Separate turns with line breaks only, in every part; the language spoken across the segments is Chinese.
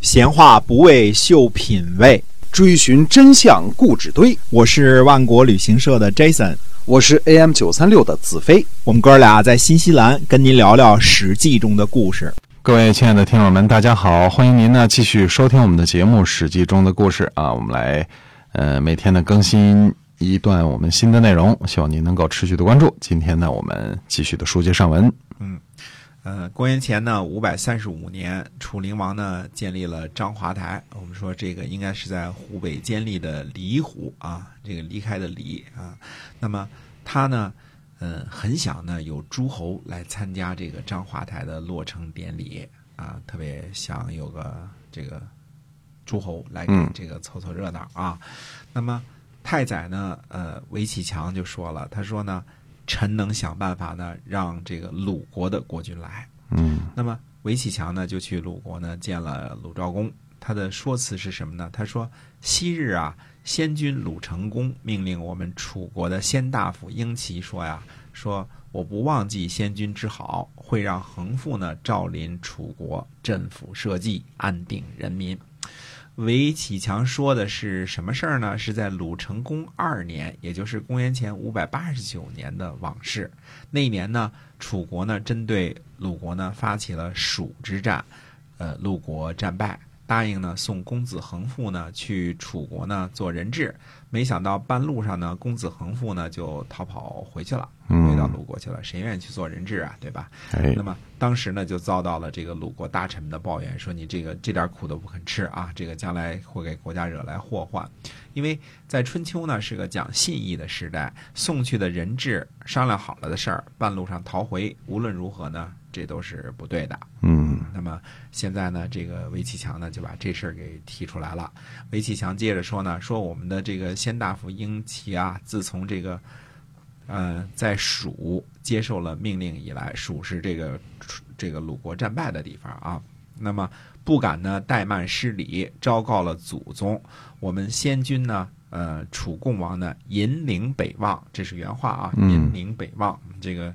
闲话不为秀品味，
追寻真相故纸堆。
我是万国旅行社的 Jason，
我是 AM 九三六的子飞。
我们哥俩在新西兰跟您聊聊《史记》中的故事。
各位亲爱的听友们，大家好！欢迎您呢继续收听我们的节目《史记》中的故事啊，我们来呃每天呢更新一段我们新的内容，希望您能够持续的关注。今天呢，我们继续的书接上文。
呃，公元前呢五百三十五年，楚灵王呢建立了章华台。我们说这个应该是在湖北监利的离湖啊，这个离开的离啊。那么他呢，嗯、很想呢有诸侯来参加这个章华台的落成典礼啊，特别想有个这个诸侯来给
嗯
这个凑凑热闹啊。那么太宰呢，呃，韦启强就说了，他说呢，臣能想办法呢让这个鲁国的国君来。
嗯
那么韦启强呢，就去鲁国呢见了鲁昭公。他的说辞是什么呢？他说：“昔日啊，先君鲁成公命令我们楚国的先大夫英齐说呀，说我不忘记先君之好，会让恒父呢赵临楚国，镇抚社稷，安定人民。”韦启强说的是什么事儿呢？是在鲁成公二年，也就是公元前五百八十九年的往事。那一年呢，楚国呢针对鲁国呢发起了蜀之战，呃，鲁国战败，答应呢送公子恒父呢去楚国呢做人质，没想到半路上呢，公子恒父呢就逃跑回去了，回到
嗯，
鲁国去了，谁愿意去做人质啊？对吧？
哎
那，么当时呢，就遭到了这个鲁国大臣们的抱怨，说你这个这点苦都不肯吃啊，这个将来会给国家惹来祸患。因为在春秋呢是个讲信义的时代，送去的人质商量好了的事儿，半路上逃回，无论如何呢，这都是不对的。
嗯
那么现在呢，这个韦启强呢就把这事儿给提出来了。韦启强接着说呢，说我们的这个先大夫英齐啊，自从这个呃在蜀接受了命令以来，蜀是这个这个鲁国战败的地方啊，那么不敢呢怠慢失礼，昭告了祖宗。我们先君呢，呃，楚共王呢，引领北望，这是原话啊，
嗯
引领北望，这个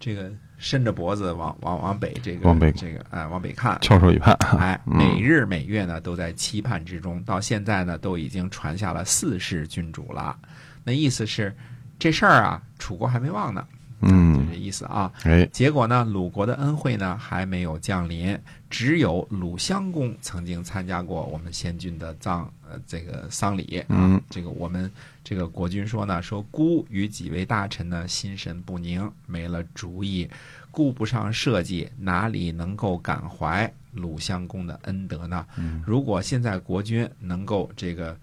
这个伸着脖子往往往北，这个
往北
这个哎往北看，
翘首以盼。
哎，每日每月呢都在期盼之中，到现在呢都已经传下了四世君主了。那意思是，这事儿啊，楚国还没忘呢，就
嗯，
这意思啊。
哎，
结果呢，鲁国的恩惠呢还没有降临，只有鲁襄公曾经参加过我们先君的葬呃这个丧礼啊。
嗯
这个我们这个国君说呢，说孤与几位大臣呢心神不宁，没了主意，顾不上社稷，哪里能够感怀鲁襄公的恩德呢？
嗯
如果现在国君能够这个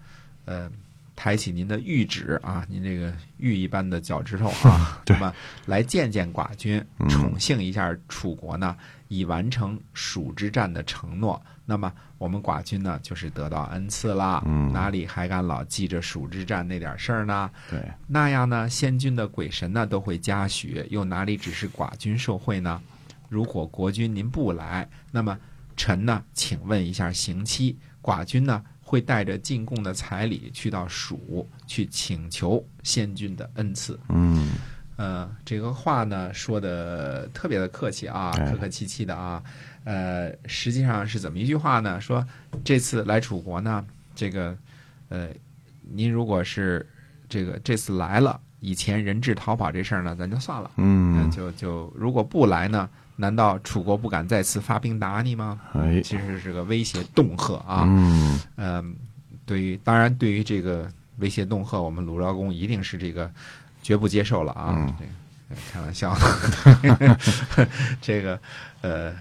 呃抬起您的玉指啊，您这个玉一般的脚趾头啊，
对
那么来见见寡君，
嗯
宠幸一下楚国呢，以完成蜀之战的承诺。那么我们寡君呢，就是得到恩赐啦，
嗯
哪里还敢老记着蜀之战那点事儿呢？
对，
那样呢，先君的鬼神呢都会嘉许，又哪里只是寡君受贿呢？如果国君您不来，那么臣呢，请问一下刑期，寡君呢会带着进贡的彩礼去到蜀去请求先君的恩赐。
嗯
呃，这个话呢说的特别的客气啊，
哎
客客气气的啊。呃，实际上是怎么一句话呢？说这次来楚国呢，这个呃，您如果是这个这次来了，以前人质逃跑这事儿呢，咱就算了。那
嗯，
就就如果不来呢，难道楚国不敢再次发兵打你吗？
哎，
其实是个威胁恫吓啊。
嗯
嗯，对于当然对于这个威胁恫吓，我们鲁昭公一定是这个绝不接受了啊。
嗯
这个开玩笑， 这个呃，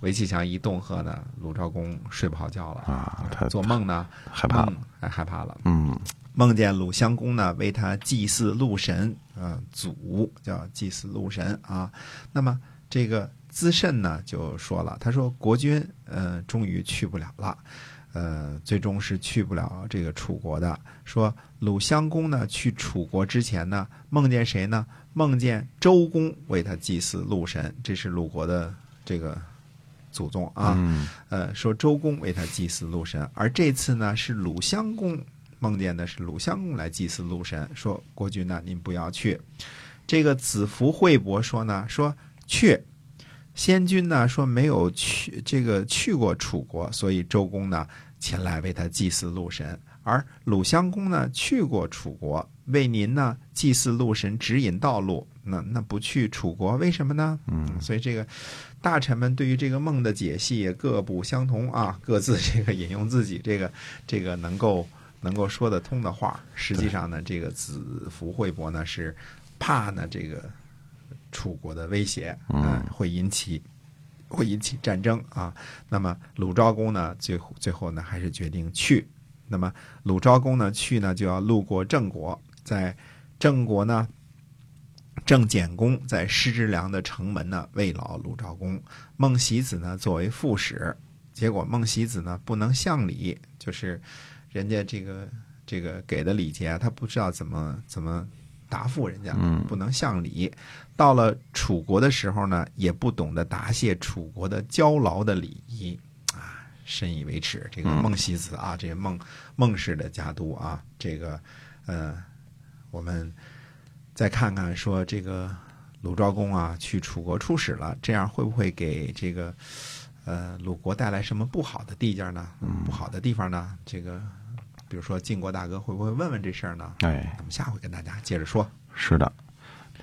韦启强一恫吓呢，鲁昭公睡不好觉了，
啊，他
做梦呢
害怕了。
梦哎害怕了。
嗯
梦见鲁襄公呢为他祭祀鹿神，啊，祖叫祭祀鹿神啊。那么这个资慎呢就说了，他说国君呃终于去不了了，呃最终是去不了这个楚国的。说鲁襄公呢去楚国之前呢梦见谁呢？梦见周公为他祭祀鹿神，这是鲁国的这个祖宗啊。
嗯
呃，说周公为他祭祀鹿神，而这次呢是鲁襄公梦见的是鲁襄公来祭祀鹿神，说国君呢您不要去。这个子服惠伯说呢，说去，先君呢说没有去这个去过楚国，所以周公呢前来为他祭祀鹿神。而鲁襄公呢去过楚国，为您呢祭祀鹿神，指引道路。那那不去楚国，为什么呢？嗯，所以这个大臣们对于这个梦的解析也各不相同啊，各自这个引用自己这个这个能够能够说得通的话。实际上呢，这个子服惠伯呢是怕呢这个楚国的威胁，
嗯
啊会引起会引起战争啊。那么鲁昭公呢，最后最后呢还是决定去。那么鲁昭公呢去呢就要路过郑国，在郑国呢郑简公在施之梁的城门呢慰劳鲁昭公，孟喜子呢作为副使，结果孟喜子呢不能向礼，就是人家这个这个给的礼节啊，他不知道怎么怎么答复人家，不能向礼。到了楚国的时候呢，也不懂得答谢楚国的交劳的礼仪啊，深以为耻。这个孟喜子啊，这个孟孟氏的家督啊，这个呃，我们。再看看说这个鲁昭公啊去楚国出使了，这样会不会给这个呃鲁国带来什么不好的地界儿呢？不好的地方呢？这个比如说晋国大哥会不会问问这事儿呢？
哎，
咱们下回跟大家接着说。
是的，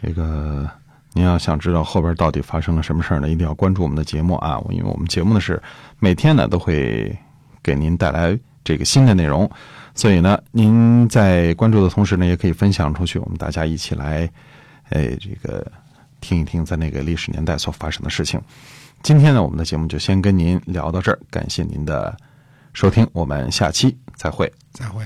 这个您要想知道后边到底发生了什么事儿呢，一定要关注我们的节目啊，因为我们节目呢是每天呢都会给您带来这个新的内容，所以呢，您在关注的同时呢，也可以分享出去，我们大家一起来，哎，这个听一听在那个历史年代所发生的事情。今天呢，我们的节目就先跟您聊到这儿，感谢您的收听，我们下期再会。
再会。